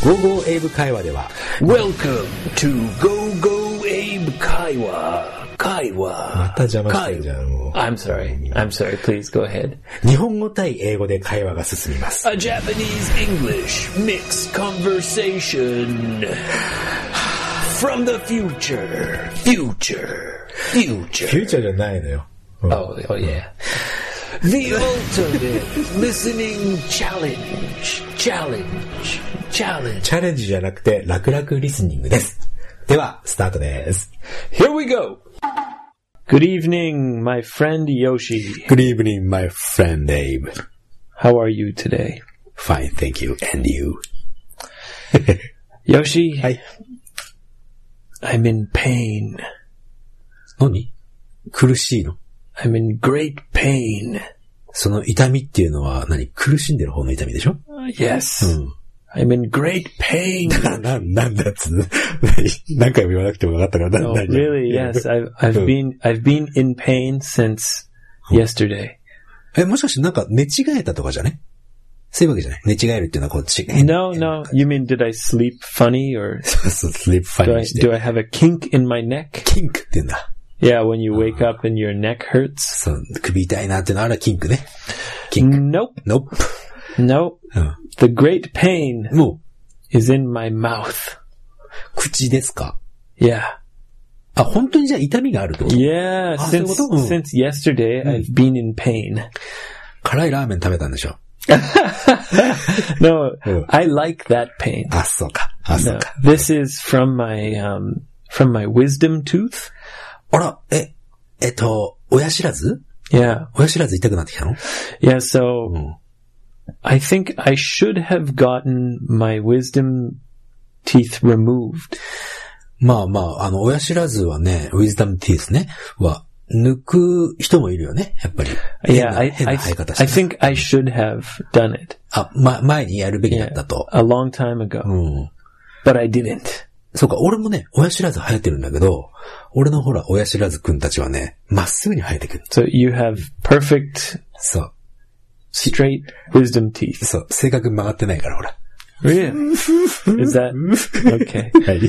GoGo 英語会話では Welcome to Go Go Abe Kaiwa. Kaiwa. また邪魔してんじゃんもう I'm sorry. I'm sorry. Please go ahead. 日本語対英語で会話が進みます A Japanese English mixed conversation from the future. Future. フュ Future. ーチャーじゃないのよ、うん Oh, oh yeah. The ultimate listening challenge. Challenge. Challenge. チャレンジじゃなくて楽々リスニングですではスタートです Here we go. Good evening, my friend Yoshi. Good evening my friend Abe How are you today? Fine thank you and you Yoshi, はい I'm in pain. 何苦しいの I'm in great pain. その痛みっていうのは何苦しんでる方の痛みでしょ Uh, Yes. Hmm. I'm in great pain. な、な、なんだっつう 何回も言わなくても分かったから、な No, 何 really, yes. I've I've Hmm. been I've been in pain since yesterday. え、もしかしてなんか寝違えたとかじゃねそういうわけじゃない寝違えるっていうのはこっち。 No, no. You mean did I sleep funny or そう、スリップファイ do ル I にして。 do I have a kink in my neck? キンクって言うんだ。 Yeah, when you wake up and your neck hurts. そう、首痛いなってのあれはキンクね。キンク。 Nope, ノッ nope. Hmm. The great pain プ。も is in my mouth. う、口ですか Yeah. あ、本当にじゃあ痛みがあるってこと Ah, Yeah, since so what- mm. since yesterday I've been in pain. 辛いラーメン食べたんでしょ No, Mm. I like that pain. あ、そうか。あ、そう No, か。 this is from my um from my wisdom tooth. あら、え、えっと、親知らず Yeah. 親知らず痛くなってきたの Yeah, so Mm. I think I should have gotten my wisdom teeth removed. まあまあ、あの、親知らずはね、ウィズダムティースね、は、抜く人もいるよね、やっぱり。変 Yeah, な I 変 I, な生え方して I ね think I should have done it. あ、ま、前にやるべきだ Yeah, ったと。 a long time ago, うん。 but I didn't. そうか、俺もね、親知らず生えてるんだけど、俺のほら、親知らずくんたちはね、まっすぐに生えてくる。 So you have perfect そう。 straight wisdom teeth. そう。性格曲がってないから、ほら。 Really? Is that okay? はい。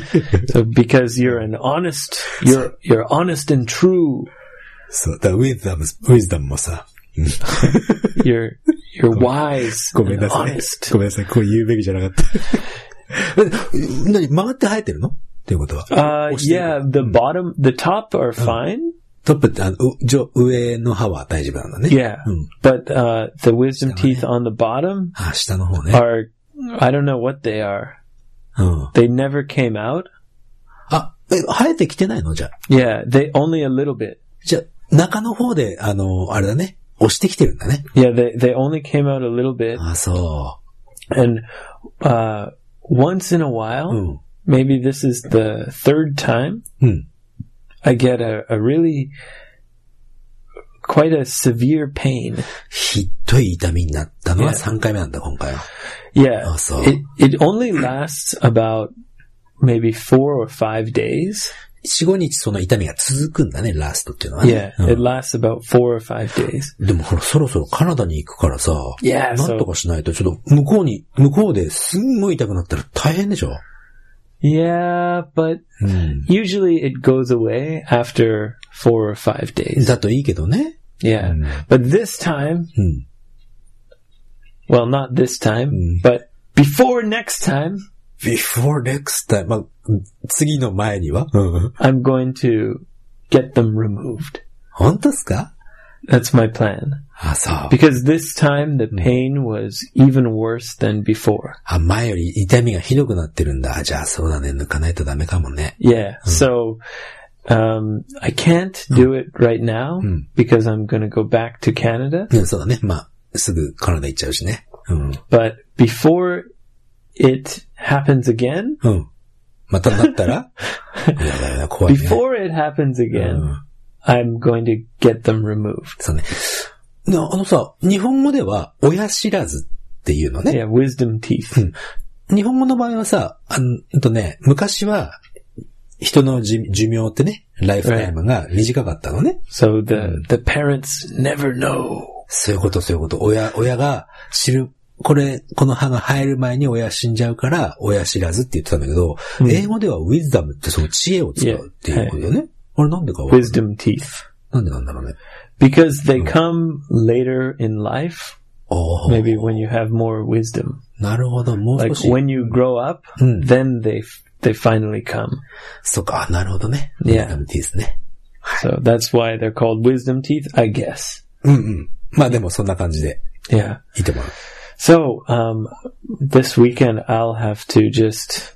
So because you're an honest, you're you're honest and true. そう。だから、ウィズダム、ウィズダムもさ、 You're you're wise ごめん and なさい。 honest. ごめんなさい、こう言うべきじゃなかった。 え何曲がって生えてるのっていうことは。 Uh, 押してる yeah, the bottom, the top are fine. トップって、あの、う上上の歯は大丈夫なんだね。 Yeah, うん。 but uh, the wisdom teeth on the bottom あ、下の方ね。 are I don't know what they are. うん。 They never came out. あ、え、生えてきてないのじゃあ。 Yeah, they only a little bit. じゃあ、中の方で、あの、あれだね。押してきてるんだね。 Yeah, they they only came out a little bit, あ、そ and uh, once in a while, う。うん。 maybe this is the third time Hmm. I get a, a really quite a severe pain. ひっどい痛みになったのは Yeah. 3回目なんだ、今回は。 Yeah. Oh, so- It it only lasts about maybe four or five days. 4、5日その痛みが続くんだね、ラストっていうのはね Yeah.。うん It lasts about four or five days. でもほら、そろそろカナダに行くからさ、な Yeah, んと so かしないと、ちょっと向こうに、向こうですんごい痛くなったら大変でしょ yeah, but うん。 usually it goes away after four or five days. だといいけどね。 Yeah. Hmm. But this time, うん。 well not this time, Hmm. but before next time, before next time, まあ、次の前には、うん、 I'm going to get them removed. 本当っすか That's my plan. あ、そう。 Because this time the pain was even worse than before. あ、前より痛みがひどくなってるんだ。あじゃあそうだね。抜かないとダメかもね。 Yeah. So, um, I can't do it right now because I'm going to go back to Canada. うん、そうだね。まあ、すぐカナダ行っちゃうしね。うん。 But before it happens again, うん。またなった らいやだよな、怖いね。 before it happens う again, ん I'm going to get them removed. そうね。なあのさ、日本語では、親知らずっていうのね。 Yeah. Wisdom teeth. 日本語の場合はさ、あのうんとね、昔は、人の寿寿命ってね、ライフタイムが短かったのね。 So the, the parents never know. そういうこと、そういうこと。親、親が知るこれ、この歯が生える前に親死んじゃうから、親知らずって言ってたんだけど、うん英語では wisdom ってその知恵を使うっていうことだよね。あれなんでかわかんない wisdom teeth. なんでなんだろうね。 Because they come later in life, あ maybe when you have more wisdom. あ、なるほど、もう少 Like し。 when you grow up, Mm. then they they finally come. そっか、あなるほどね。 Yeah. wisdom っていいですね。 So that's why they're called wisdom teeth, I guess. うんうん。まあでもそんな感じで Yeah. いいと思う。 So um, this weekend I'll have to just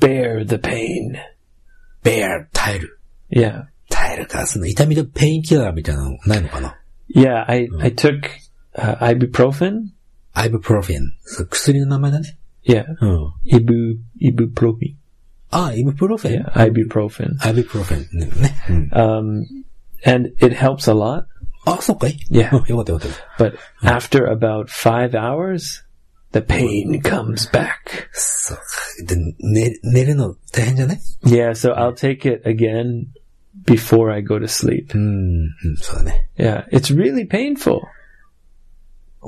bear the pain. bear, 耐える。 Yeah. 耐えるか、その痛みとペインキラーみたいなのないのかな Yeah, I I took uh, ibuprofen. ibuprofen。そう薬の名前だね。 Yeah, うん。 ibu ibuprofen. ああ、ibuprofen。 Yeah, ibuprofen. ibuprofen ね。うん。 Um, and it helps a lot. あ、そっかい。 Yeah. うんよかったよかった。 But after about five hours, the pain comes back. そうで、寝、寝るの大変じゃない Yeah, so I'll take it again before I go to sleep. うん、うん、そうだね。 Yeah, it's really painful.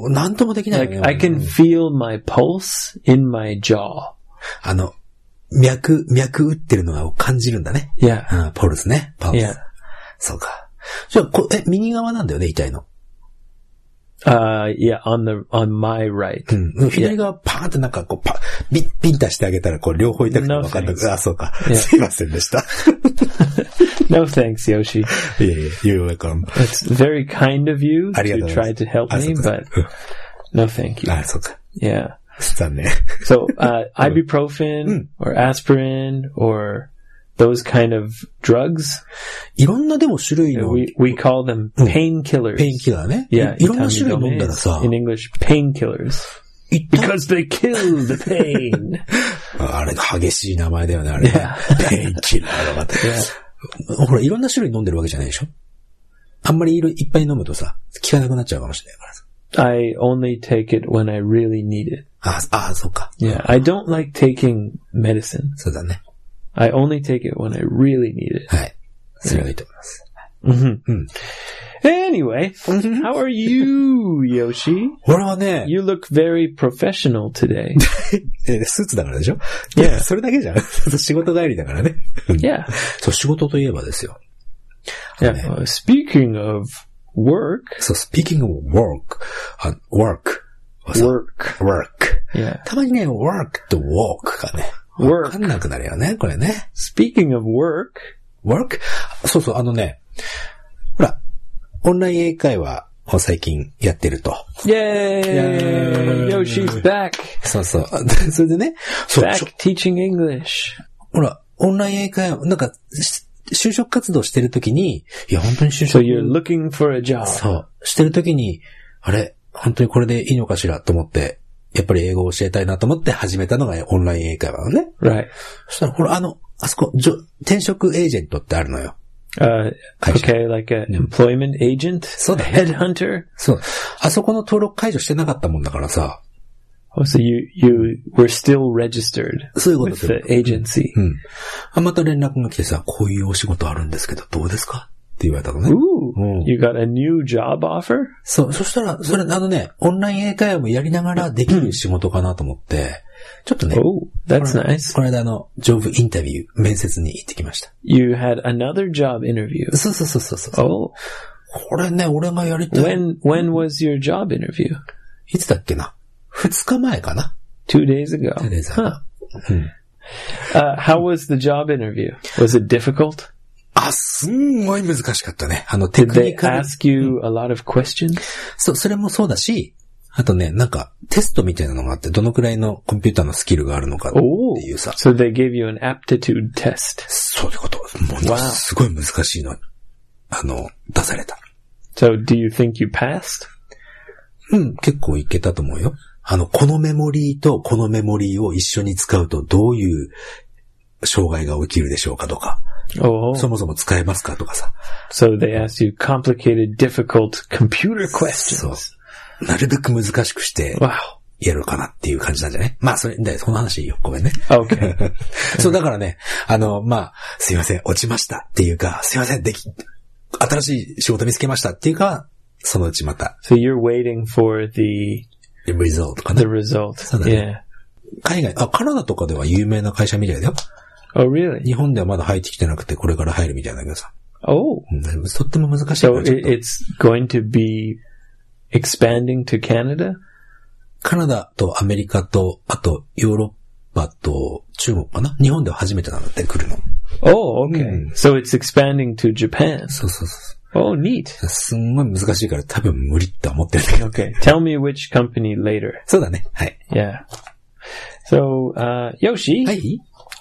なんともできないよ Like ね、 I can うん feel my pulse in my jaw. あの、脈、脈打ってるのを感じるんだね。 Yeah, うん、ポルスね。パウス。 yeah. そうか。じゃあ、こえ、右側なんだよね、痛いの。 Uh, yeah, on the on my right. うん。左側パーンってなんかこう、パ、ビン、ビンタしてあげたら、こう、両方痛くて分かんなく No あ、そうか。 Yeah. すいませんでした。 No thanks, Yoshi. いえいえ、You're welcome. It's very kind of you to ありがとうございます。 try to help あ、そ me, うか but。no thank you. あ、そうか。 Yeah. 残念。 So uh, ibuprofen or aspirin or those kind of drugs, いろんなでも種類の we we call them うん。 painkillers. ペインキラーね。 yeah, いろんな種類飲んだらさ itamidomes、in English, painkillers 一旦 because they kill the pain. あれ、激しい名前だよね、あれね。ペインキラーとかって。ほら、いろんな種類飲んでるわけじゃないでしょあんまりいろいっぱい飲むとさ、効かなくなっちゃうかもしれないからさ。 I only take it when I really need it. あ、あ、そうか。 Yeah, I don't like taking medicine. そうだね。 I only take it when I really need it. はい。それがいいと思います。 Anyway, how are you, Yoshi? 俺はね、 You look very professional today. えスーツだからでしょいやそれだけじゃん。 仕事帰りだからね。 Yeah. そう、仕事といえばですよ。 Yeah. ね uh, speaking of work, そう、speaking of work, あ work はさ work. work。 Yeah. たまにね、work と walk がね、わかんなくなるよね、これね。 Speaking of work, work? そうそう、あのね、ほら、オンライン英会話を最近やってると。 yay! Yay. Yoshi's back, そうそう。 あそれでね、そう、ちょ back teaching English. ほら、オンライン英会話、なんか、し就職活動してるときに、いや、本当に就 So 職 you're looking for a job. そう。してるときに、あれ、本当にこれでいいのかしらと思って、やっぱり英語を教えたいなと思って始めたのがオンライン英会話なのね。 Right. そしたら、ほら、あの、あそこ、じょ転職エージェントってあるのよ。 Uh, I see. okay, like an employment agent, So a the- headhunter. そう。あそこの登録解除してなかったもんだからさ、 Oh, so you you were still registered そういうこと with する the agency. うん。あ、また連絡が来てさ、こういうお仕事あるんですけど、どうですかって言われたのね。 Ooh, Mm. you got a new job offer? そう。そしたら、それ、あのね、オンライン英会話もやりながらできる仕事かなと思って、ちょっとね、 Oh, that's nice. この間あの、ジョブインタビュー、面接に行ってきました。 You had another job interview. そうそうそうそうそう。 Oh, これね、俺がやりたい。 when when was your job interview? いつだっけな二日前かな Two days ago. Hmm. テレザ Huh. が。 Uh, how was the job interview? Was it difficult? あ、すんごい難しかったね。あの、テ Did ク they ニカル。 ask you a lot of questions? そう、それもそうだし、あとね、なんか、テストみたいなのがあって、どのくらいのコンピューターのスキルがあるのかって Oh, いうさ、 so they gave you an aptitude test. そういうこと。もう、すごい難しいの。あの、出された。 So do you think you passed? うん、結構いけたと思うよ。あの、このメモリーとこのメモリーを一緒に使うとどういう障害が起きるでしょうかとか、 Oh, そもそも使えますかとかさ。 so they asked you complicated, difficult computer そう questions.。なるべく難しくして Wow. やるかなっていう感じなんじゃないまあ、それ、で、その話いいよ。ごめんね。 Okay. そう、だからね、あの、まあ、すいません、落ちましたっていうか、すいません、でき、新しい仕事見つけましたっていうか、そのうちまた。 So you're waiting for the The result か The な。 result. So that- Yeah. 海外、あ、カナダとかでは有名な会社みたいだよ。 Oh, really? 日本ではまだ入ってきてなくて、これから入るみたいなんだけどさ。 Oh, うんとっても難しいか so らちょっ it, と it's going to be expanding to Canada. カナダとアメリカと、あとヨーロッパと中国かな日本では初めてなんだって来るの。 Oh, okay. Mm. So it's expanding to Japan. そうそうそ Oh, neat. う。すんごい難しいから多分無理って思ってるんだけど。 Okay. Tell me which company later. そうだね。はい。 Yeah. So, uh, Yoshi, はい。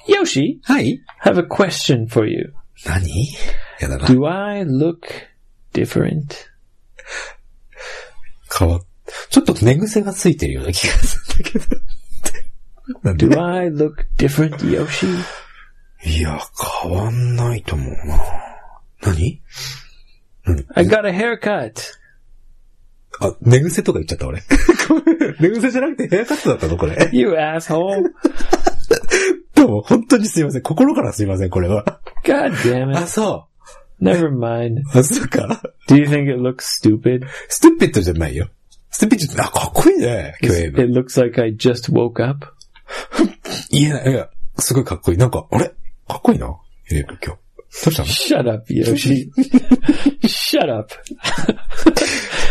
Yoshi, はい。 have a question for you. 何やだな。 Do I look different? 変わっちょっと寝癖がついてるような気がするんだけど。なんで Do I look different, Yoshi? いや、変わんないと思うな。何 I got a haircut. あ、寝癖とか言っちゃった俺。 ごめん寝癖じゃなくてヘアカットだったのこれ。 You asshole. でも本当にすいません。心からすいません、これは。 God damn あ、 it. そ Never mind. う。あ、そうか。 Do you think it looks stupid? ステッピットじゃないよ。ステッピットって、あ、かっこいいね、今日 It looks like I just woke up. いや、いや、すごいかっこいい。なんか、あれかっこいいな、エレブ今日。どうしたの Shut up, Yoshi. Shut up.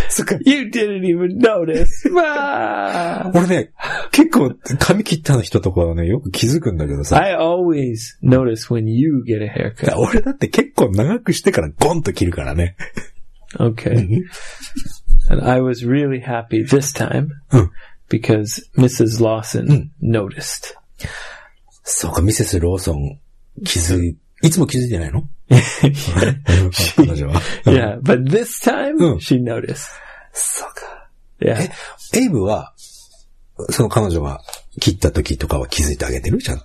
そっか。 You didn't even notice. Ah! 俺ね、結構、髪切った人とかはね、よく気づくんだけどさ。 I always notice when you get a haircut. 俺だって結構長くしてからゴンと切るからね。 Okay. And I was really happy this time Mm. because Mrs. Lawson noticed. そうか、ミセス・ローソン、気づい、いつも気づいてないの彼女は。 Yeah, but this time Mm. she noticed. そうか。 Yeah. エイブは、その彼女が切った時とかは気づいてあげてるちゃんと。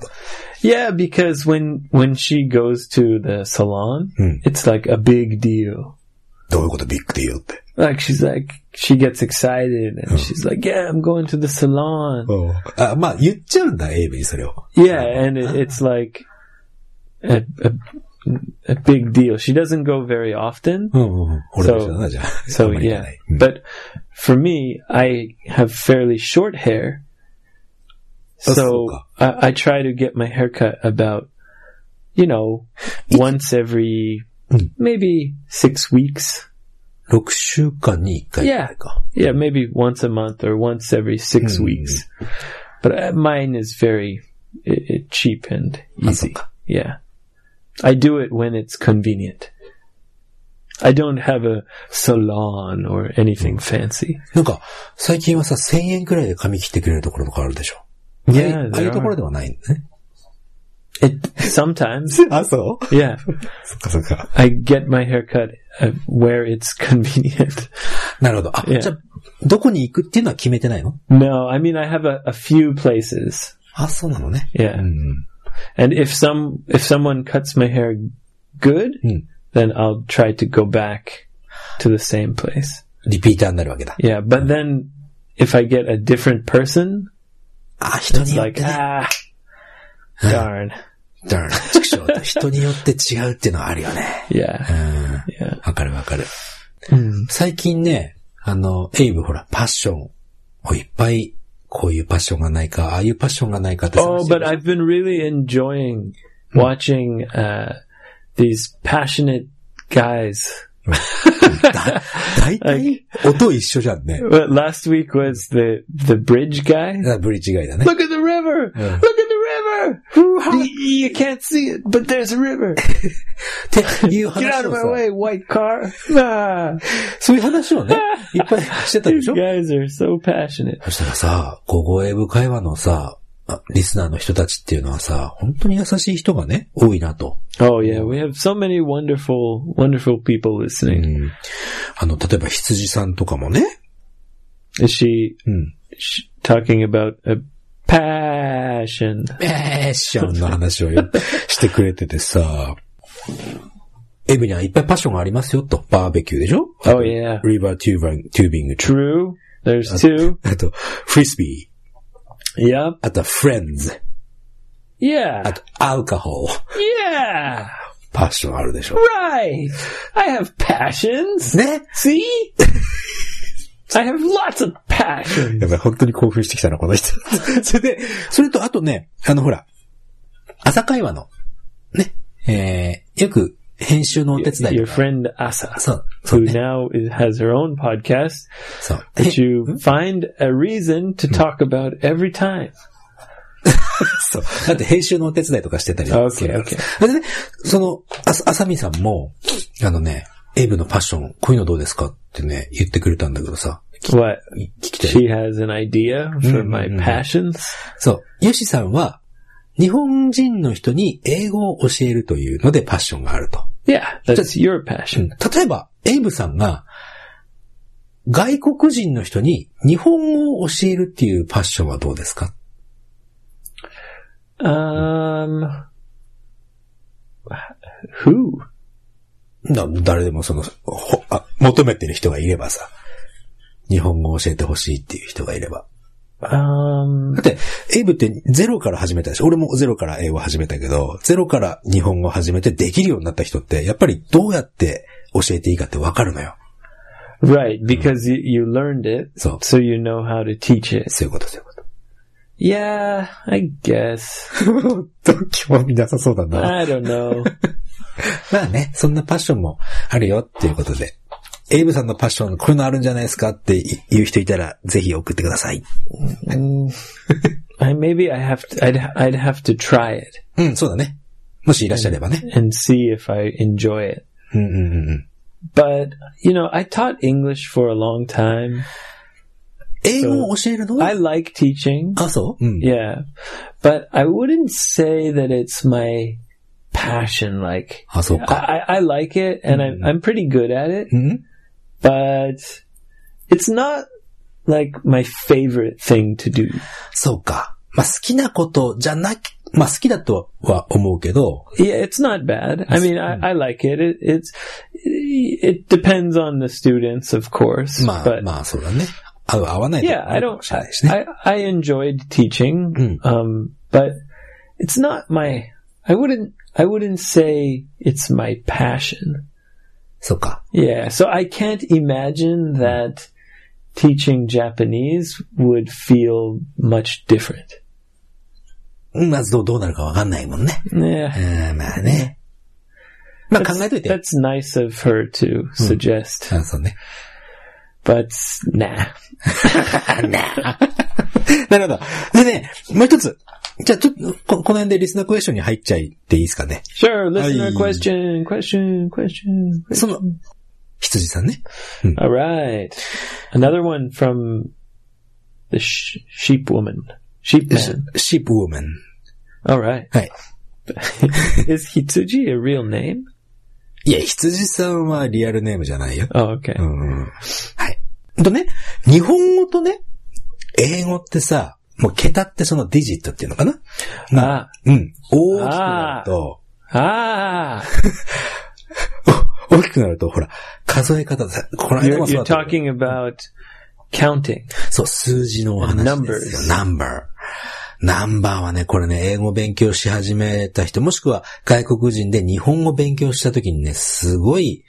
Yeah, because when when she goes to the salon, Mm. it's like a big deal. どういうことビッグディールって。 Like she's like she gets excited and she's like, "Yeah, I'm going to the salon." あ、まあ、言っちゃうんだ、エイブにそれを。 Yeah, and it, it's like a, a a big deal. She doesn't go very often, うんうんうん。俺と一緒だな、じゃあ。 so あんまり行か yeah. ないうん But for me, I have fairly short hair, That's so okay. I, I try to get my hair cut about, you know, once every maybe six weeks. 6週間に1回くらいか。 Yeah, maybe once a month or once every six Hmm. weeks. But uh, mine is very i i cheap and あ、そっ easy. か。 Yeah. I do it when it's convenient. I don't have a salon or anything fancy. なんか、最近はさ、1000円くらいで髪切ってくれるところとかあるでしょ。 Yeah, ああいうああいう there ところ are. ではないんだね。 It sometimes, あ、そう yeah, そっかそっか。 I get my haircut uh, where it's convenient. なるほど。あ、 Yeah. じゃあ、どこに行くっていうのは決めてないの No, I mean I have a, a few places. あ、そうなのね。 Yeah. うん。 And if some if someone cuts my hair good, Hmm. then I'll try to go back to the same place. リピーターになるわけだ。 Yeah, but then if I get a different person, あ、人に it's よっ like てね。 ah darn. だから畜生と人によって違うっていうのはあるよね。う Yeah. ん。 Yeah. わかるわかる。最近ね、あの、エイブほら、パッションをいっぱい、こういうパッションがないか、ああいうパッションがないかって探 Oh, して but る I've been really enjoying watching uh these passionate guys. 大体、音一緒じゃんね。 But last week was the the bridge guy. だからブリ違いだね。 Look at the river! Yeah. Look at the river! Y- You can't see it, but there's a river. っていう Get out 話 of を my さ、 way, white car. Ah, そういう話をね、いっぱいしてたで these しょ guys are so passionate. そしたらさ、こう、語英部会話のさ、あリスナーの人たちっていうのはさ、本当に優しい人がね、多いなと。 Oh yeah, we have so many wonderful, wonderful people う listening. ん。あの、例えば羊さんとかもね。 Is she, うん。 sh talking about a passion? えー、ションの話をよしてくれててさ、エブにはいっぱいパッションがありますよと。バーベキューでしょ Oh yeah, リバーテューバン、テュービング、トゥ true. There's two. あと、フリスビー。 Yep. あと、フレンズ。あ Yeah. と、アルカホール。 Yeah. パッションあるでしょ。 Right. I have passions. ね See? I have lots of passion. やばい、本当に興奮してきたな、この 人。それで、それとあとね、あのほら、朝会話の、ね、えー、よく編集のお手伝い Your とか。 friend Asa, そう、そう who ね。 now is, has her own podcast そう。 that you find a reason to talk about every time. そう。だって編集のお手伝いとかしてたりあするから OK それでね、その、あさ、あさみさんも、あのね、エイブのパッション、こういうのどうですかってね、言ってくれたんだけどさ、 What? 聞きたい。 She has an idea for Mm, my mm, mm. passions. そう。ヨシさんは、日本人の人に英語を教えるというのでパッションがあると。 Yeah, that's Just- your passion. 例えば、エイブさんが、外国人の人に日本語を教えるっていうパッションはどうですか Um, who? だ誰でもその、ほあ、求めてる人がいればさ、日本語を教えてほしいっていう人がいれば。 Um, だって、エイブってゼロから始めたでしょ俺もゼロから英語始めたけど、ゼロから日本語を始めてできるようになった人って、やっぱりどうやって教えていいかってわかるのよ。 right, because you, you learned it, そう。 so you know how to teach it. そういうこと、 そういうこと。 Yeah, I guess. 本当興味なさそうだな。 I don't know. まあね、そんなパッションもあるよっていうことで。エイブさんのパッション、こういうのあるんじゃないですかって言う人いたら、ぜひ送ってください。 Mm, I maybe I have to. I'd I'd have to try it うん、そうだね。もしいらっしゃればね。 and see if I enjoy it. うんうんうんうん。 But you know, I taught English for a long time. 英語を教えるの I like teaching. あ、そううん。 Yeah, but I wouldn't say that it's my passion. Like あ、そう I, か。 I, I like it, and I'm I'm pretty good at it. うん、 But it's not like my favorite thing to do. そうか。まあ好きなことじゃなき、まあ好きだとは思うけど、 Yeah, it's not bad. I mean, I, I like it. it. It's it depends on the students, of course. まあ but まあそうだね。合う合わないと yeah, かあ I るかも don't. しれないしね。 I, I enjoyed teaching, um, but it's not my. I wouldn't. I wouldn't say it's my passion. そうか。 Yeah, so I can't imagine that teaching Japanese would feel much different. うんまずどうどうなるかわかんないもんね。う Yeah, ん、まあね。まあ考えといて。 that's nice of her to suggest, あ、そうね。 but nah. なるほど。でね、もう一つ。じゃあちょっと、ここの辺でリスナークエスチョンに入っちゃいっていいですかね。 Sure, listener Aye. question, question, question. その、羊さんね。 All right. Another one from the sh- sheep woman. Sheep man. シープウォーマン。 All right. はい。 Is Hitsuji a real name? いや、羊さんはリアルネームじゃないよ。 Oh, okay. うん。はい。とね、日本語とね、英語ってさ、もう桁ってそのディジットっていうのかなあうん。大きくなると、 Ah, お大きくなると、ほら、数え方さ、この間 you're, もそうだ you're ったけど talking about counting. そう、数字のお話ですよ。ナンバー。ナンバーはね、これね、英語勉強し始めた人、もしくは外国人で日本語勉強した時にね、すごい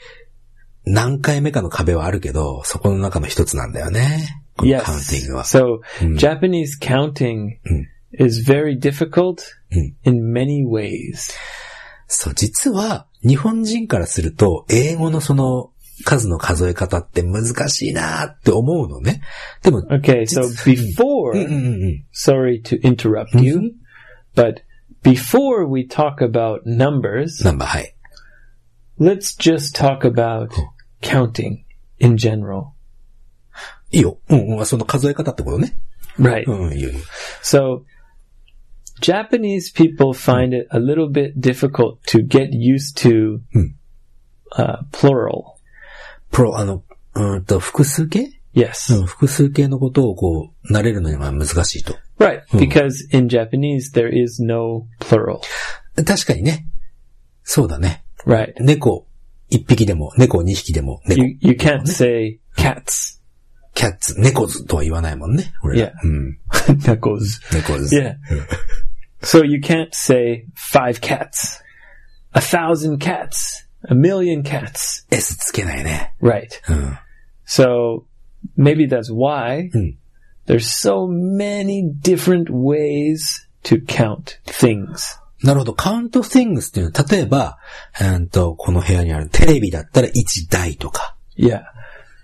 何回目かの壁はあるけど、そこの中の一つなんだよね。このカウンティングは Yes. So Hmm. Japanese counting is very difficult in many ways. そう、実は、日本人からすると、英語のその、数の数え方って難しいなーって思うのね。でも、 Okay, so before うんうんうん。 sorry to interrupt you, but before we talk about numbers, ナンバー、はい。 let's just talk about counting in general. いいよ。うんうん、その数え方ってことね。 Right. うん、いいよいいよ。 So Japanese people find it a little bit difficult to get used to Hmm. uh, plural. プロ、あの、うーんと、複数形 Yes. うん、複数形のことをこう、慣れるのには難しいと。 Right. Because in Japanese, there is no plural. 確かにね。そうだね。 Right. 猫、一匹でも、猫二匹でも、猫、 You, you can't say cats. キャッツ、猫ズとは言わないもんね。俺ら Yeah. うん、 Knuckles. 猫ズ。 Yeah. so you can't say five cats, a thousand cats, a million cats. S つけないね。 Right. うん。 So maybe that's why うん。 there's so many different ways to count things. なるほど。カウント things っていうのは、例えば、えー、とこの部屋にあるテレビだったら1台とか、 Yeah.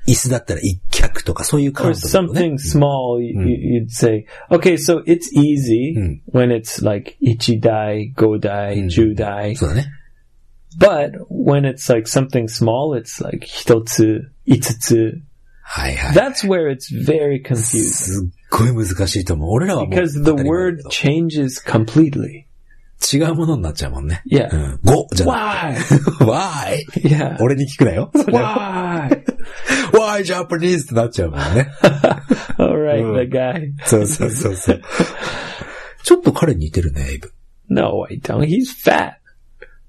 椅子だったら1脚とか、そういうカウ Or ントだよね。something small, y- y- you'd say, okay, so it's easy Mm. when it's like ichidai, godai, Mm. judai. そうだね。 But when it's like something small, it's like hitotsu, itsutsu. はいはい。 That's where it's very confusing すっごい難しいと思う。俺らはもう because the 当たり前だ word けど changes completely. 違うものになっちゃうもんね。 Yeah. うん。5じゃな Why? くて。Why? Yeah. 俺に聞くな よ。 Why? Why Japanese ってなっちゃうもん ね。 All right, Mm. the guy. そうそうそうそう。ちょっと彼に似てるね、エイブ。 No, I don't. He's fat.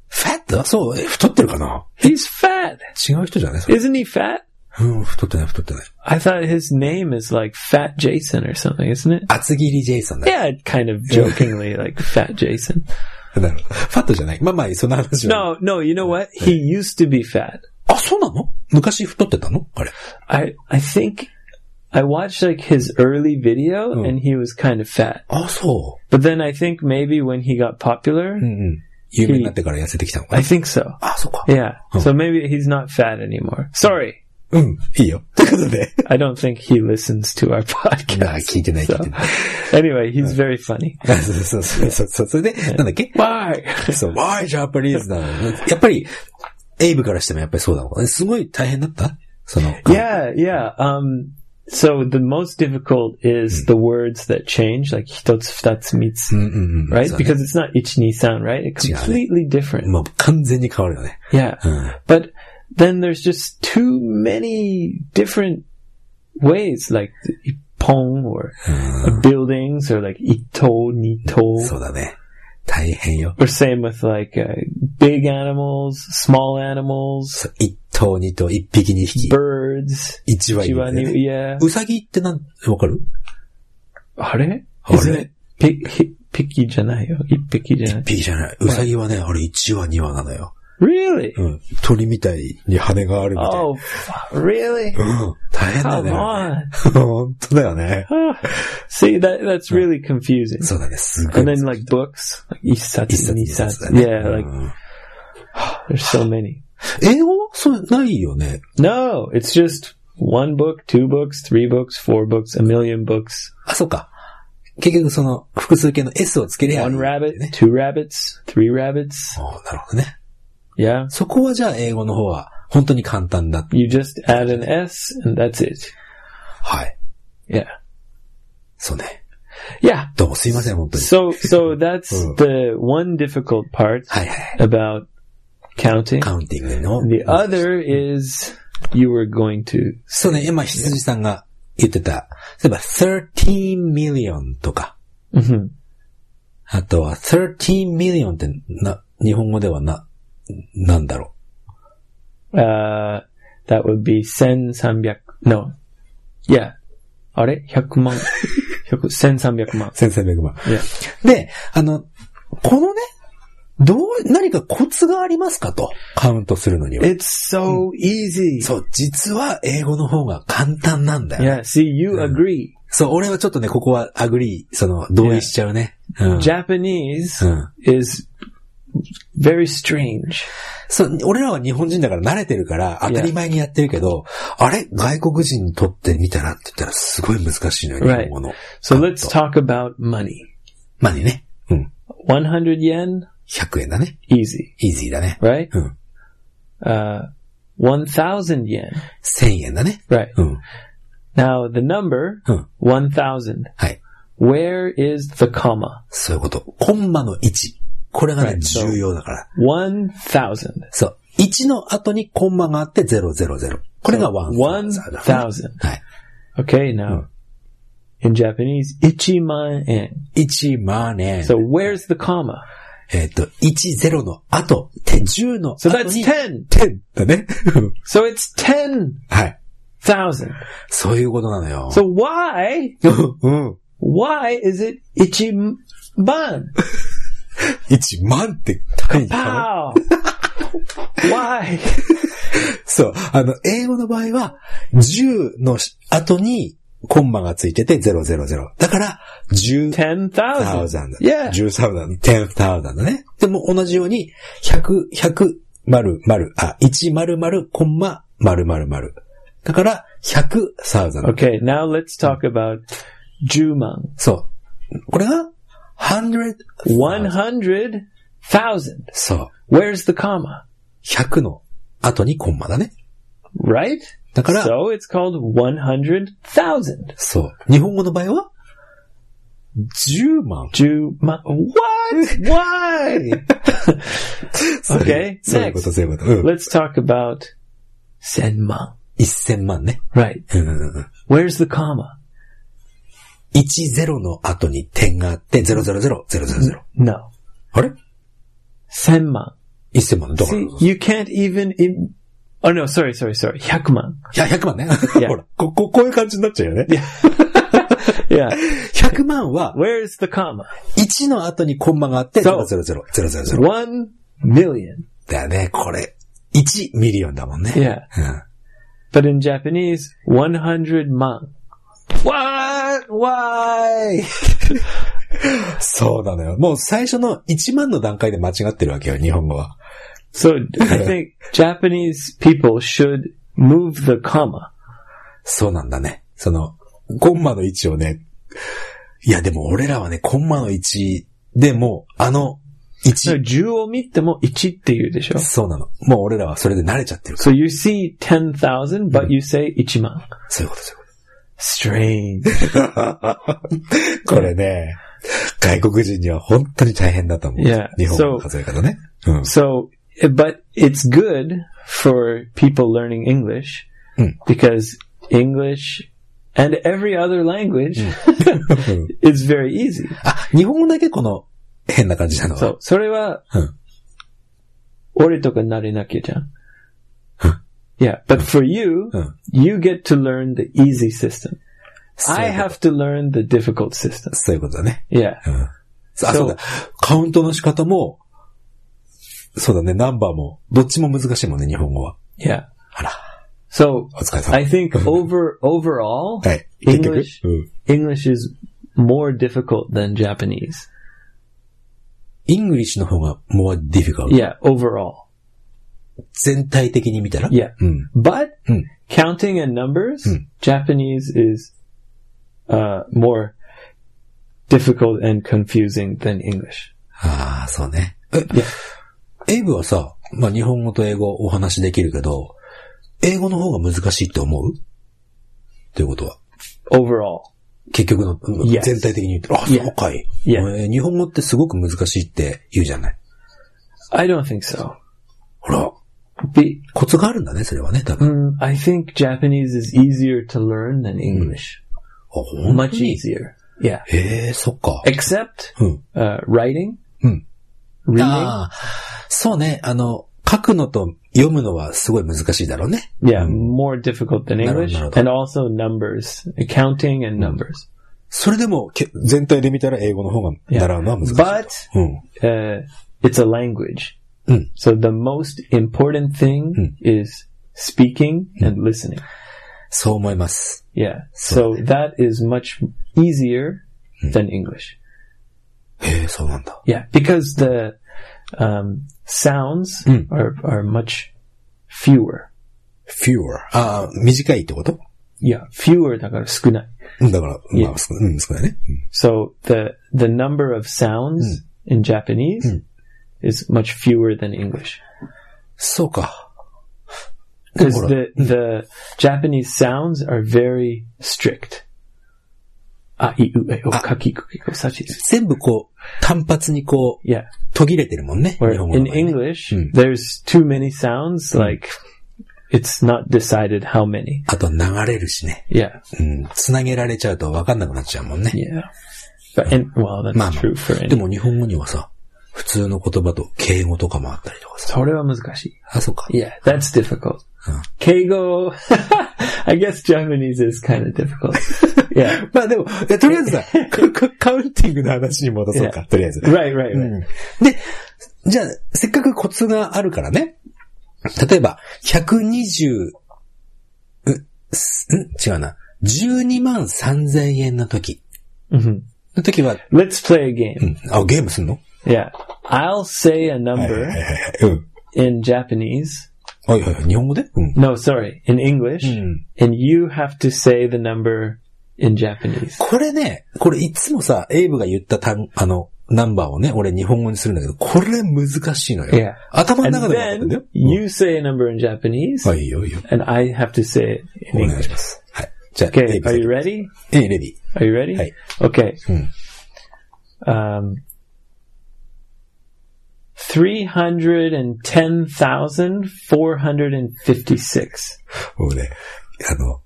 ファットそう、え太ってるかな He's fat. 違う人じゃないそれ Isn't he fat? うん、太ってない、太ってない。 I thought his name is like Fat Jason or something, isn't it? 厚切りジェイソンだ。 Yeah, kind of jokingly like Fat Jason. なるほど。ファットじゃない。まあまあ、そんな話は。 No, no, you know what? He used to be fat. あ、そうなの昔太ってたのあれ。 I I think I watched like his early video Mm. and he was kind of fat. あ、そ But then I think maybe when he got う。popular, うんうん。有名になってから痩せてきたのか I な think so. あ、そうか。 Yeah. Oh. So maybe he's not fat anymore. Sorry. うん、いいよ。ということで。 I don't think he listens to our あ、 podcast. 聞いてない、聞い So てない。 anyway, he's very funny. あそう そうそうそうそう。それで、なんだっけ Why? そう、why Japanese なのね やっぱり、エイブからしてもやっぱりそうだもんね。すごい大変だったその、 Yeah, yeah. Um, so the most difficult Hmm. is the words that change, like hitotsu, futatsu, う mitsu, んうんうん。 right? そうだね Because it's not ichi, ni, san, right? It's Hmm. Yeah. Hmm. completely different. もう完全に変わるよね。 Yeah. うん。 But then there's just too many different ways, like the ippon or Hmm. buildings or like ito, そ nito. うだね。大変よ。 Or same with like uh, big animals, small animals, そう一頭二頭、一匹二匹。 birds. 一羽いるよ Chihuahua, ね。 yeah. うさぎってなん、わかるあれあれ Isn't it ピひ匹じゃないよ。一匹じゃない。ピーじゃない。うさぎはね、あれ1羽2羽なのよ。 Really? うん。鳥みたいに羽があるみたい。 Oh, fuck, really? うん。大変だよ Come ね。 on. 本当だよね。 Ah, See, that that's really confusing. そうだね、すごい And。then like books, like 一 isatsu, 冊二冊だ nisatsu. ね。 Yeah, like うん there's so many. 英語はそう、ないよね。 No, it's just one book, two books, three books, four books, a million books. あ、そうか。結局その、複数形の S をつけりゃいい One ね。 rabbit, two rabbits, three rabbits. おーなるほどね。 Yeah. そこはじゃあ英語の方は、本当に簡単だ。 You just add an S and that's it. はい。 Yeah. そうね。 Yeah. どうもすいません、本当に。 So, so that's Oh. the one difficult part はいはい。 about counting. カウンティングの。 The other is you were going to. そうね、今、羊さんが言ってた。例えば、13 million とか。 Mhm. あとは、13 million ってな、日本語ではな、なんだろ Uh, that would be sen samyak. No. Yeah. あれ?100万。100う。 1300万。 1300万。 Yeah. で、あの、このね、どう、何かコツがありますかと、カウントするのには。 It's so easy. そう、実は英語の方が簡単なんだよ。 Yeah. See, you agree. そう、俺はちょっとね、ここはアグリー、その、同意しちゃうね。うん。 Japanese うん。 is very strange. そう、俺らは日本人だから慣れてるから当たり前にやってるけど、あれ外国人にとってみたらって言ったらすごい難しいのよ、日 Right. 本語の。 So let's talk about money. まあね。うん。 100 yen, 100円だね。 easy, イージーだね。 right? うん。 Uh, 1000 yen, 1000円だね。 right? うん。 Now the number, Huh. 1000. はい。 Where is the comma? そういうこと。コンマの1。これがね、 Right. 重 So- 要だから。 1000. そう。1の後にコンマがあって000。これが1,000。 1000. はい。 Okay, now in Japanese, ichiman en. 1万円。 So where's the comma? えっと、10の後、手10の So 後 that's に。 10. 10だね。 So it's 10,000. はい。そういうことなのよ。 So why, うん。 why is it ichiban? 1万って高いんだよ。 Wow. why? そう。あの、英語の場合は、10の後にコンマがついてて000。だから、10,000 10,000. Yeah. 10,000、10,000ね。でも同じように、100、100、丸、丸、あ、1、丸、丸、コンマ、丸、丸、丸。だから、100,000。 Okay, now let's talk about Juman. そう。これが、100,000。 100,000. そう。 Where's the comma? 100の後にコンマだね。 Right? だから、 So it's called 100,000. そう。日本語の場合は、10万。 Juman. What? Why? そういう Okay, そういうこと、 next. そういうこと。うん。 Let's talk about Senma. 1000万ね。 Right. うんうんうん。 Where's the comma? 10の後に点があって、000、000。 No. あれ Senma. 1000万だから。い See, you can't even. Im- oh no, sorry, sorry, sorry. Hyakuman. や、100万ね。や ほら、こ、こ、こういう感じになっちゃうよね。 Yeah. 100万は、 Where's the comma? 1の後にコンマがあって、そう000、000。 One million. だよね、これ。1ミリオンだもんね。 Yeah. うん。 But in Japanese, 100 man. What? Why? そうなのよ。もう最初の1万の段階で間違ってるわけよ、日本語は。 So I think Japanese people should move the comma. そうなんだね。その、コンマの位置をね、いやでも俺らはね、コンマの位置でもう、あの、 So 1、 10を見ても1って言うでしょ。そうなの。もう俺らはそれで慣れちゃってるから。 So you see 10,000, but you say 1万.そういうこと、そういうこ Strange. と。こ れね、外国人には本当に大変だと思う。いや日本語の数え方ね。うん。 So, but it's good for people learning English うん。 because English and every other language is very easy. あ、日本語だけこの変な感じなのは。 So, それはうん。俺とか慣れなきゃじゃん。Yeah, but for you, うん。 you get to learn the easy system. そうい I うこと have to learn the difficult system. そういうことだね。 Yeah. うん。そあ、そうそうだ。カウントの仕方も、そうだね、ナンバーも、どっちも難しいもんね、日本語は。 Yeah. あら、 So お疲れ様。 I think over overall はい。結局 English、うん。 English is more difficult than Japanese. イングリッシュの方が more difficult. Yeah, overall. 全体的に見たら Yeah. うん。 But うん。 counting and numbers, うん。 Japanese is uh, more difficult and confusing than English. ああ、そうね。え、エイブはさ、まあ日本語と英語お話しできるけど、英語の方が難しいって思うということは。 Overall. 結局の、うん Yes. 全体的に言って、あ、 Yeah. そうかい。 Yeah. えー日本語ってすごく難しいって言うじゃない。 I don't think so. ほら、 Be, コツがあるんだね、それはね、多分。 mm, I think Japanese is easier to learn than English. あ、ほん Much easier. Yeah. へえ、そっか。 Except うん。 uh, writing, うん。 reading. ああ、そうね。あの、書くのと読むのはすごい難しいだろうね。 Yeah, more difficult than English, なるほど。 and also numbers, accounting and numbers. それでも、け全体で見たら英語の方が Yeah. 習うのは難しい。 But うん。 uh, it's a language, うん。 so the most important thing is speaking and listening. そう思います。 Yeah, so that is much easier than English. へえ、そうなんだ。 Yeah, because the um, sounds Mm. are are much fewer. fewer. ああ、短いってこと Yeah, fewer だから少ない。うんだから、 Yeah. まあ、少うん、少ないね。うん So the the number of sounds in Japanese is much fewer than English そうか。 because ほら。 the the Japanese sounds are very strict. Ah, e, あいうえおかきくけこさちつ。全部こう、単発にこう、 Yeah, 途切れてるもんね。 where 日本語の in 場合ね English うん。 there's too many sounds. Like it's not decided how many. あと流れるしね。 Yeah, うん。つなげられちゃうと分かんなくなっちゃうもんね。 yeah. But and well, まあ that's ま true for あ。で any. も日本語にはさ、普通の言葉と敬語とかもあったりとかさ。それは難しい。あ、そうか。 Yeah, that's difficult. Huh. Keigo, I guess Japanese is kind of difficult. yeah, まあでも、いやとりあえずさ、カカウン ティングの話に戻そうか、とりあえず。 right, right, right. で、じゃあ、せっかくコツがあるからね。例えば、120、うん、すん違うな。12万3000円の時。 hmm の時は、 Let's play a う game. ん、あ、ゲームすんの Yeah. I'll say a はい number はいはい。うん。 in Japanese. はいはいはい。日本語でうん。 No, sorry, in English. Mm. And you have to say the number in Japanese. これね、これいつもさ、エイブが言った単、あの、ナンバーをね、俺日本語にするんだけど、これ難しいのよ。 Yeah. 頭の And 中でも分かったんだよ then。you say a number in Japanese. はい、いいよいいよ。 And I have to say it お in 願い English. します。はい。じゃあ、エ Okay, イブ are 先 you ready? ええ、レディ。 Are you ready? Hey. Okay. Hmm. Um, 310,456. もうね、あの、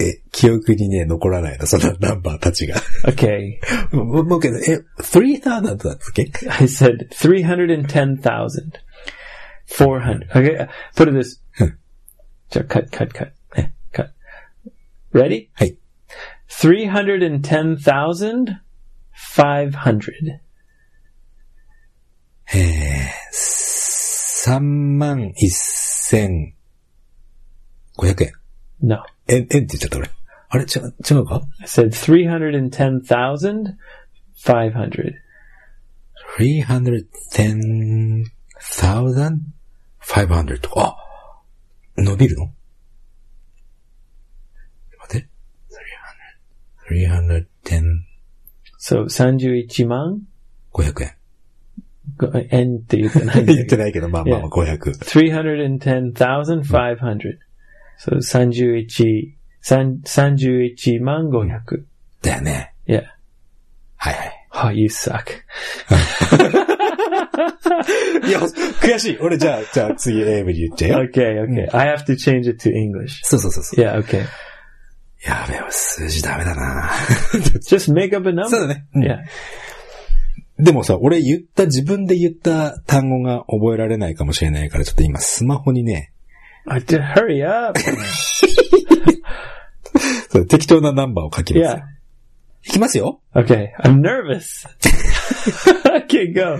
え、記憶にね、残らないの、そのナンバーたちが。 Okay. もう、もうけど、え、3,000だったっけ I said 310,000. 400. Okay. Put it this. Hmm. Ju- cut, cut, cut. Eh, Cut. Ready? Hey. 310,500. 31,500円。 No. え、えって言っちゃった俺。あれ違う、違うか I said 310,500. 310,500とか。あ伸びるの待って。300 So 311万310,500円。円って言ってないんだ 言っけてど。ないけど、まあまあまあい500。 310,500. So 31, 31万500. だよね。 Yeah. はいはい。 Oh, you suck. いや、悔しい。俺じゃあ、じゃあ次エイブに言っちゃうよ。 Okay, okay. I have to change it to English. そうそうそうそう。 Yeah, okay. やべえ、数字ダメだな Just make up a そう number. だね。うん Yeah. でもさ、俺言った、自分で言った単語が覚えられないかもしれないから、ちょっと今スマホにね、 I did, hurry up. そう適当なナンバーを書きます Yeah. よ。いきますよ。 Okay. I'm nervous. okay, go.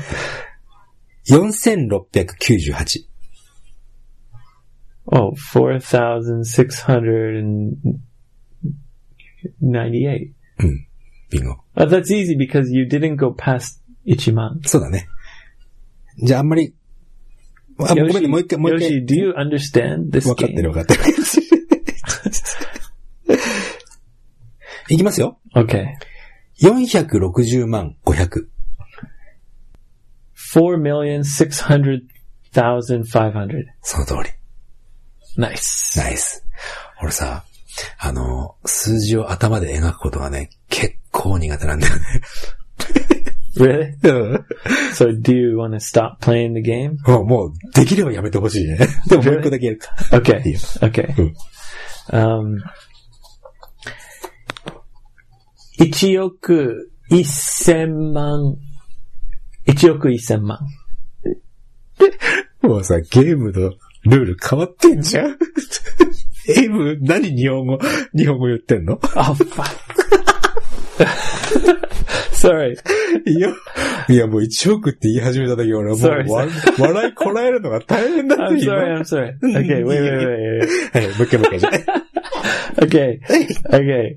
4698。 Oh, 4,698. うん。ビンゴ。 Oh, that's easy because you didn't go past Ichiman. そうだね。じゃああんまり、あ、ごめんね、もう一回、もう一 Yoshi, 回。 do you understand this わかってる game? わかってる。 いきますよ。 Okay. 460万500。 4,600,500. その通り。 Nice. ナイス。俺さ、あの、数字を頭で描くことがね、結構苦手なんだよね。 Really? うん。 So do you want to stop playing the game? もう、もう、できればやめてほしいね。でももう一個だけやるか。 Okay. Yeah. Okay. Mm. Um, 1億1000万。1億1000万。もうさ、ゲームのルール変わってんじゃんエイブ、何日本語、日本語言ってんの Oh, fuck. Sorry. いや、いやもう1億って言い始めた時俺はも Sorry, うわ笑いこらえるのが大変だって I'm 今。 sorry, I'm sorry. はい、Okay, wait, wait, wait, wait. もう一回もう一回。 wait. Okay. Okay.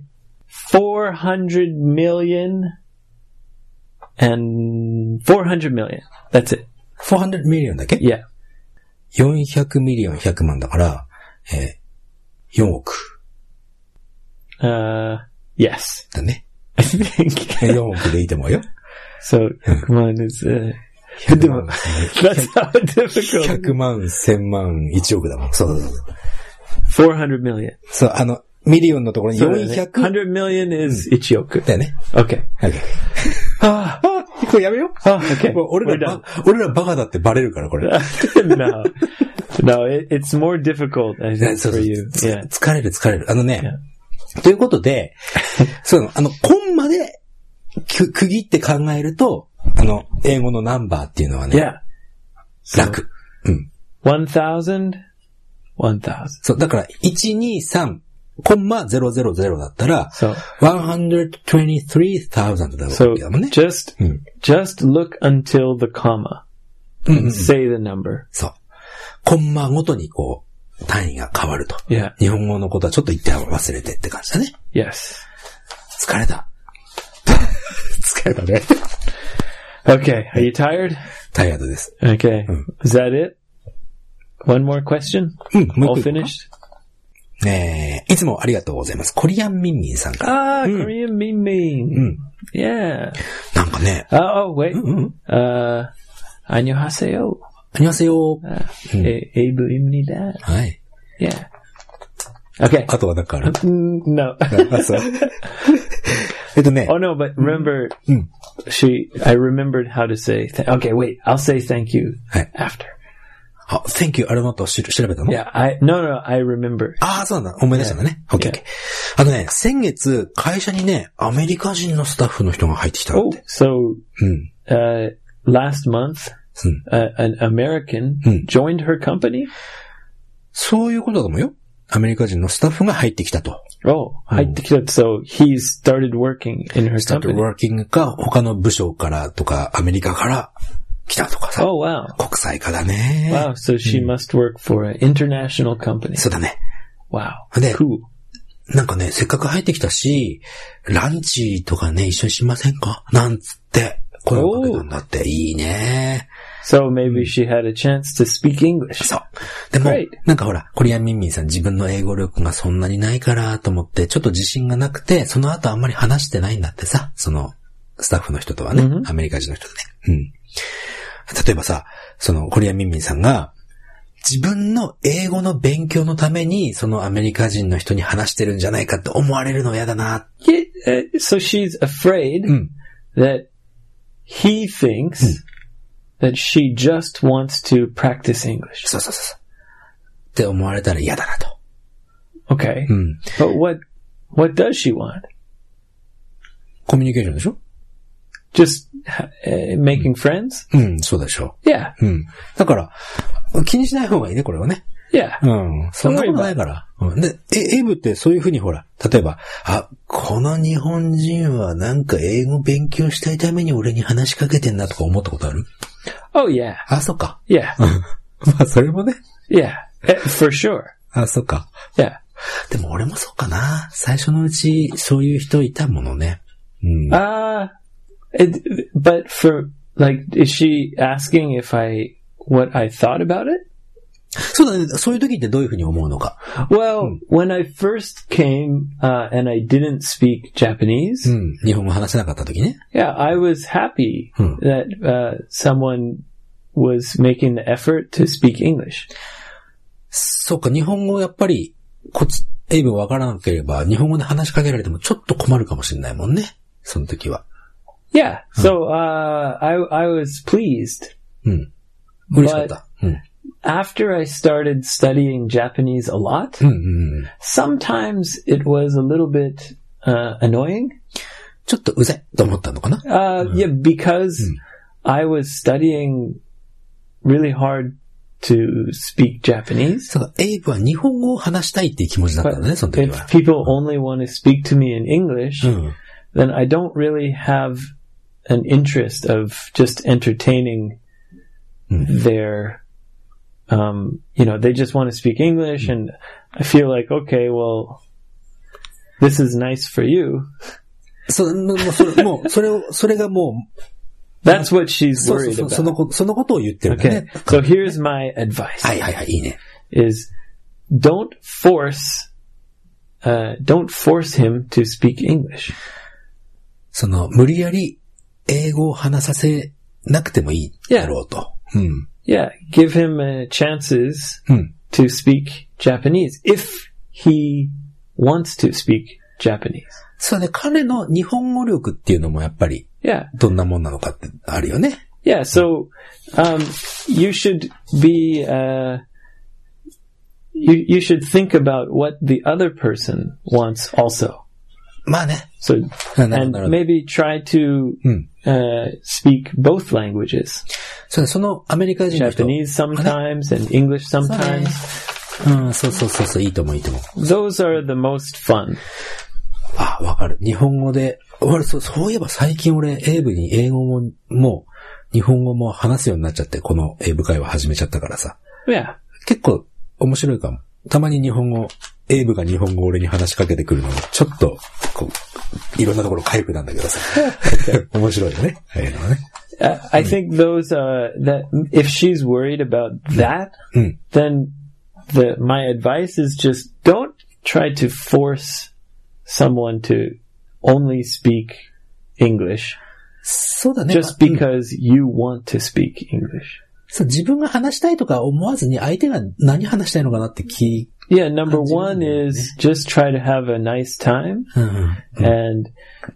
400 million and 400 million. That's it. 400 million だっけ Yeah. 400ミリオン100万だから、えー、4億 Uh, yes. だね。 I think. 4億でいいと思うよ。 So, come on, it's, uh, 100万、 that's how difficult. 100万、1000万、1億だもん。そうそうそう。 400 million. そう、あの、ミリオンのところに So, 400 100 million is Ichioku. だよね。 Okay. はい。 Ah, あ、これやめよ ah, okay. もう俺 We're ら done. ば、俺らバカだってバレるから、こ れ。 no. No, it, it's more difficult, I ね think, そう for そう you. つ Yeah. 疲れる疲れる。あのね。ということで、 その、あの、コンマで、く、区切って考えると、あの、英語のナンバーっていうのはね、 Yeah. 楽。うん。 1,000, 1,000. そう、だから、123、コンマ000だったら、 So, 123,000だろ so うけどもね。 just, うん。 just look until the comma. うんうん Say the number. そう。コンマごとにこう、単位が変わると。 Yeah. 日本語のことはちょっと一点忘れてって感じだね。 Yes. 疲れた。 疲れたね。 Okay. Are you tired? タイヤードです。 Okay. Mm. Is that it? One more question? うん、もう All 一個 finished? えー、いつもありがとうございます。コリアンミンミンさんから。 Ah, Mm. Korean meme meme. うん。Mm. Yeah. なんかね、 Oh, oh wait. うんうん。 Uh, 안녕하세요. こんにちは。 Uh, 에- 에이브입니다. はい。 Yeah. Okay. あとはだから。 Mm, no. あ、そう。 えっとね oh、no, but remember, Mm. she. I remembered how to say. Th- okay, wait. I'll say thank you Hey. after. あ、Thank you, あれのとし調べたの Yeah. I no no. I remember. ああ、そうなんだ。思い出したんだね。オッケーオッケー。あのね、先月、会社にね、アメリカ人のスタッフの人が入ってきたの Oh, って。 so うん。 uh, last month, Hmm. uh, an American Hmm. joined her company. そういうことだと思うよ。アメリカ人のスタッフが入ってきたと。 Oh, I think that. So he started working in her スタッ company. フワーキングか、他の部署からとか、アメリカから来たとかさ。 Oh wow, 国際化だね。 wow. So she must work for an international company. そうだね。 Wow, There. cool. なんかね、せっかく入ってきたし、ランチとかね、一緒にしませんかなんつって、声をかけたんだって、いいね。 So maybe she had a chance to speak English. そう。でも Great.、なんかほら、コリアンミンミンさん自分の英語力がそんなにないからと思って、ちょっと自信がなくて、その後あんまり話してないんだってさ、その、スタッフの人とはね、うんアメリカ人の人とね。うん。例えばさ、その、コリアンミンミンさんが、自分の英語の勉強のために、そのアメリカ人の人に話してるんじゃないかって思われるの嫌だな。 Yeah, uh, so she's afraid うん。 that he thinks that she just wants to practice English. そうそうそうそう。って思われたら嫌だなと。 Okay, うん。 but what what does she want? コミュニケーションでしょ Just uh, making friends? うん、そうでしょ Yeah, う。うん。だから、気にしない方がいいね、これはね。 yeah. うん。そんなことないから。うん、で、えエイブってそういうふうにほら、例えば、あ、この日本人はなんか英語勉強したいために俺に話しかけてんなとか思ったことある Oh yeah, あ、そっか。 yeah, まあ、それもね。 yeah. Eh, For sure. あ、そっか。 Yeah. でも俺もそうかな。最初のうち、そういう人いたものね。うん。 Uh, it, but for like, is she asking if I what I thought about it? そうだね。そういう時ってどういうふうに思うのか。 Well, when I first came uh, and I didn't speak Japanese, うん。日本語話せなかった時ね。 yeah, I was happy Hmm. that uh, someone was making the effort to speak English. そうか、日本語やっぱり、こっち、英語わからなければ、日本語で話しかけられてもちょっと困るかもしれないもんね。その時は。 Yeah, so uh, I I was pleased うん。嬉しかった。うん。 after I started studying Japanese a lot. うんうんうん。 Sometimes it was a little bit uh, annoying. ちょっとうざいと思ったのかな Uh, Yeah, because I was studying really hard to speak Japanese. そうか、エイブは日本語を話したいっていう気持ちだったんだね、その時は if。people only want to speak to me in English, うん。 then I don't really have an interest of just entertaining their, um, you know, they just want to speak English and I feel like, okay, well, this is nice for you. そう、もう、もうそれ、 もう、それを、それがも That's う、what she's そうそう worried そう、その about. こと、そのことを言ってるんだ Okay. ね。 So here's my advice はいはいはい、いいね。 is don't force, uh, don't force him to speak English. その、無理やり、英語を話させなくてもいいだろうと。うん。 Yeah. Give him uh, chances うん。 to speak Japanese if he wants to speak Japanese. そうね、彼の日本語力っていうのもやっぱり、 Yeah. どんなもんなのかってあるよね。 Yeah. So, um, you should be, uh, you, you should think about what the other person wants also. まあね。 So, なるほど and なるほど。 maybe try to, uh, speak both languages. そうねそのアメリカ人の人。 Japanese sometimes and English そうね sometimes. うん、そうそうそうそう、いいと思う、いいと思う。 Those are the most fun. あ、わかる。日本語で、俺、そう、そういえば最近俺、英語に英語も、もう、日本語も話すようになっちゃって、この英語会話始めちゃったからさ。 Yeah. 結構面白いかも。たまに日本語、エイブが日本語を俺に話しかけてくるのも、ちょっと、こう、いろんなところかゆくなんだけどさ。 面白いよね。ああいうのはね。 I, I think those uh, that if she's worried about that, Mm. then the my advice is just don't try to force someone to only speak English そうだね。 just まあうん because you want to speak English. そう自分が話したいとか思わずに相手が何話したいのかなって聞 Yeah, number That's one really is just try to have a nice time うん and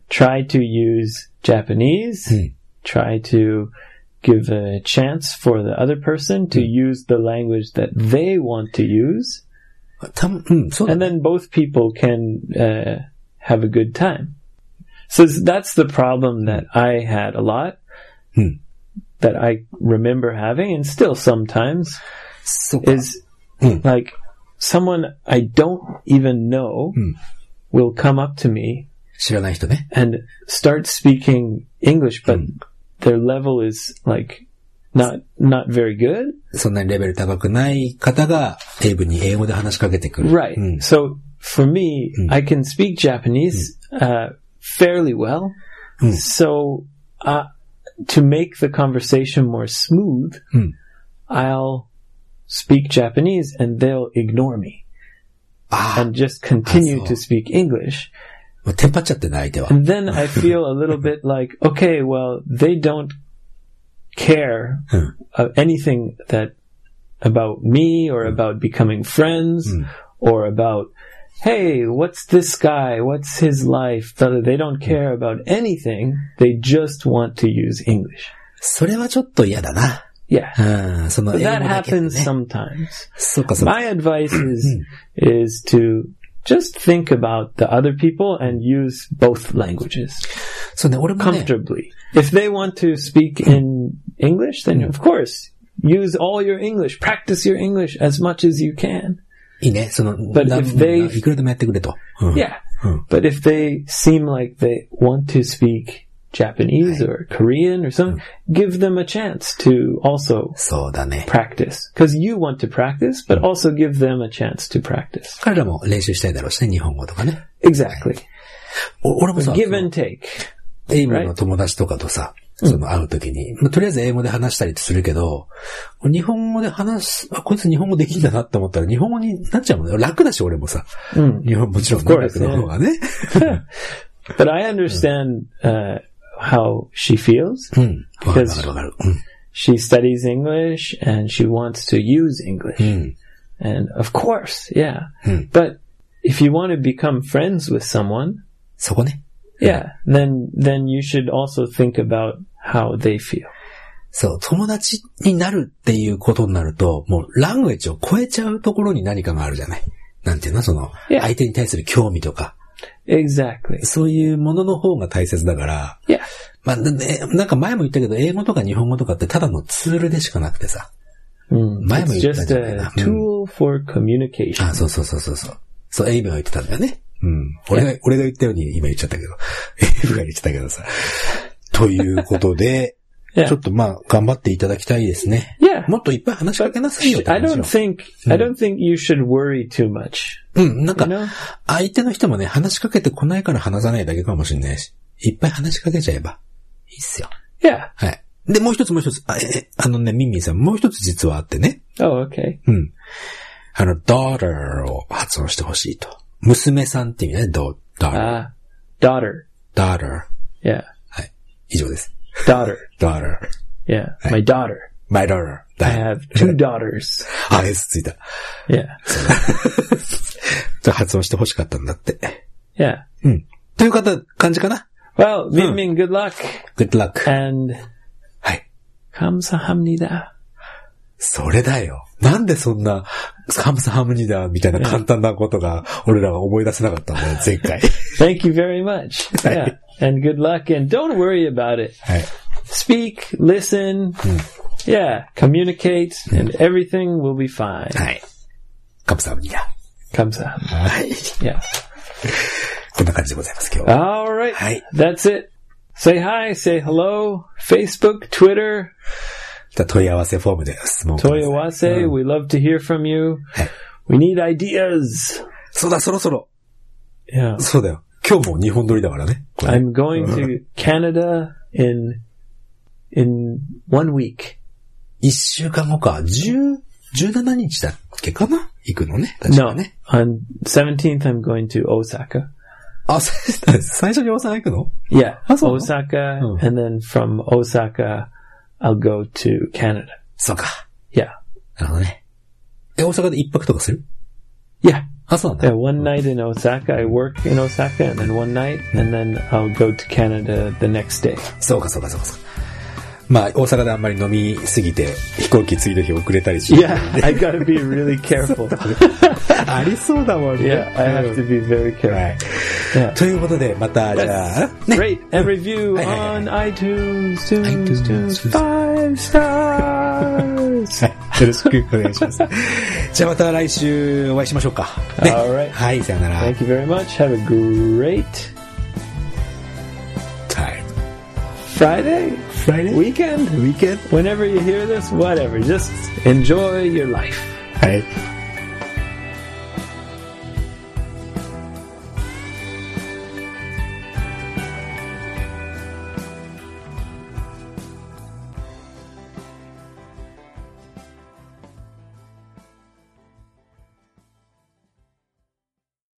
try to use Japanese. うん。 Try to give a chance for the other person Hmm. to use the language that they want to use. たうん、そうだ and ね。 then both people can uh, have a good time. So s- that's the problem that I had a lot, Hmm. that I remember having, and still sometimes そうか。 is Hmm. like someone I don't even know Hmm. will come up to me 知らない人ね。 and start speaking English, but Hmm. their level is like not not very good, そんなにレベル高くない方が、英文に英語で話しかけてくる。 right? うん So for me, Hmm. I can speak Japanese uh, fairly well. Hmm. So uh, to make the conversation more smooth, Hmm. I'll speak Japanese and they'll ignore me ああ and just continue Ah, so. to speak English. もうテンパっちゃってね、相手は。 And then I feel a little bit like, okay, well, they don't care Hmm. of anything that about me or about becoming friends Hmm. or about, hey, what's this guy? What's his life? They don't Hmm. care about anything. They just want to use English. それはちょっと嫌だな。 Yeah. うん、その But 英語 that だけでね happens sometimes. そうか、そうか。 My advice Hmm. is is to just think about the other people and use both languages そうね、俺もね、 comfortably. If they want to speak in English, then of course use all your English, practice your English as much as you can. いいね、その、 But な if they- いくらでもやってくれと。うん Yeah. Hmm. But if they seem like they want to speak Japanese or Korean or something, give them a chance to also そうだね。 practice because you want to practice, but also give them a chance to practice. 彼らも練習したいだろうしね、日本語とかね。 Exactly. お俺もさ、 Give and take. 英語の友達とかとさ、その会うときに、まあとりあえず英語で話したりするけど、日本語で話す、あ、こいつ日本語できんだなって思ったら日本語になっちゃうもんね。楽だし、俺もさ。 Mm. 日本もちろん Of 語学 course, の方がね。 But I understand uh, how she feels. うん。わかる Because- わかるわかる。 She studies English and she wants to use English. うん。うん。 And of course, yeah. Hmm. But if you want to become friends with someone, そこね。 yeah, then then you should also think about how they feel. そう、友達になるっていうことになると、もうラングエッジを超えちゃうところに何かがあるじゃない。なんていうのその、 Yeah. 相手に対する興味とか、 Exactly. そういうものの方が大切だから、 Yeah. まあ、ねなんか前も言ったけど、英語とか日本語とかってただのツールでしかなくてさ。 Hmm. Maya It's made just that, yeah. a Hmm. Ah, tool for communication. あ、そうそうそうそうそう。そう、エイブが言ってたんだよね。うん。俺が、俺が言ったように今言っちゃったけど。 エイブが言ってたけどさ。ということ で、 Yeah. ちょっとまあ、頑張っていただきたいですね。 Yeah. もっといっぱい話しかけなさいよって話 I を don't think Hmm. I don't think you should worry too much. うん、なん You か、 know? 相手の人もね、話しかけてこないから話さないだけかもしれないし、いっぱい話しかけちゃえば、いいっすよ。 Yeah. はい。で、もう一つもう一つ、あえあのね、ミンミンさん、もう一つ実はあってね、 Oh, okay. うん。あの、daughter を発音してほしいと。娘さんって意味ね、do- daughter, Uh, daughter. daughter. Yeah. 以上です。 Daughter. daughter, Yeah. My daughter. my daughter, I だ have two daughters. あ、S ついた。 Yeah. じゃあ発音してほしかったんだって。 Yeah. うん。という方、感じかな Hmm. Well, Min Min, good luck. ?good luck. And はい。 감사합니다. それだよ。なんでそんな、カムサハムニだ、みたいな簡単なことが、俺らは思い出せなかったんだよ、前回。 Thank you very much. Yeah. And good luck. And don't worry about it. はい。 Speak, listen. Yeah. Communicate and everything will be fine. はい。カムサハムニだ。 감사합니다. はい。 Yeah. こんな感じでございます、今日は。 All right. Hi. That's it. Say hi, say hello, Facebook, Twitter, じゃあ問い合わせフォームで質問ください Toyawase, we love to hear from you. We need ideas. そうだ、そろそろ。 Yeah. そうだよ。今日も日本撮りだからね。これ I'm going to Canada in in one week. 一週間後か、十、十七日だっけかな行くのね。確か No, ね。 on 17th I'm going to Osaka. あ、そう最初に大阪行くの Yeah, Oh, That's all right. Osaka, Oh. and then from Osaka I'll go to Canada. そうか。 Yeah, なるほどね。え、大阪で一泊とかする yeah. あ、そうなんだ Yeah, one night in Osaka, I work in Osaka, and then one night, and then I'll go to Canada the next day. そうか、そうか、そうか、そうか。まあ、大阪であんまり飲みすぎて、飛行機次の日遅れたりし Yeah, I gotta be really careful. ありそうだもん Yeah, I have to be very は careful. い。 Yeah. ということで、また、じゃあ、ね。 Rate and review Hey, hey, hey. on iTunes. tunes, iTunes. tunes, Five stars. はいよろしくお願いします。 じゃあまた来週お会いしましょうか。ね Alright. はい、さよなら。 Thank you very much. Have a great Time. Friday, Friday? weekend. Weekend? Whenever you hear this, whatever. Just enjoy your life. はい。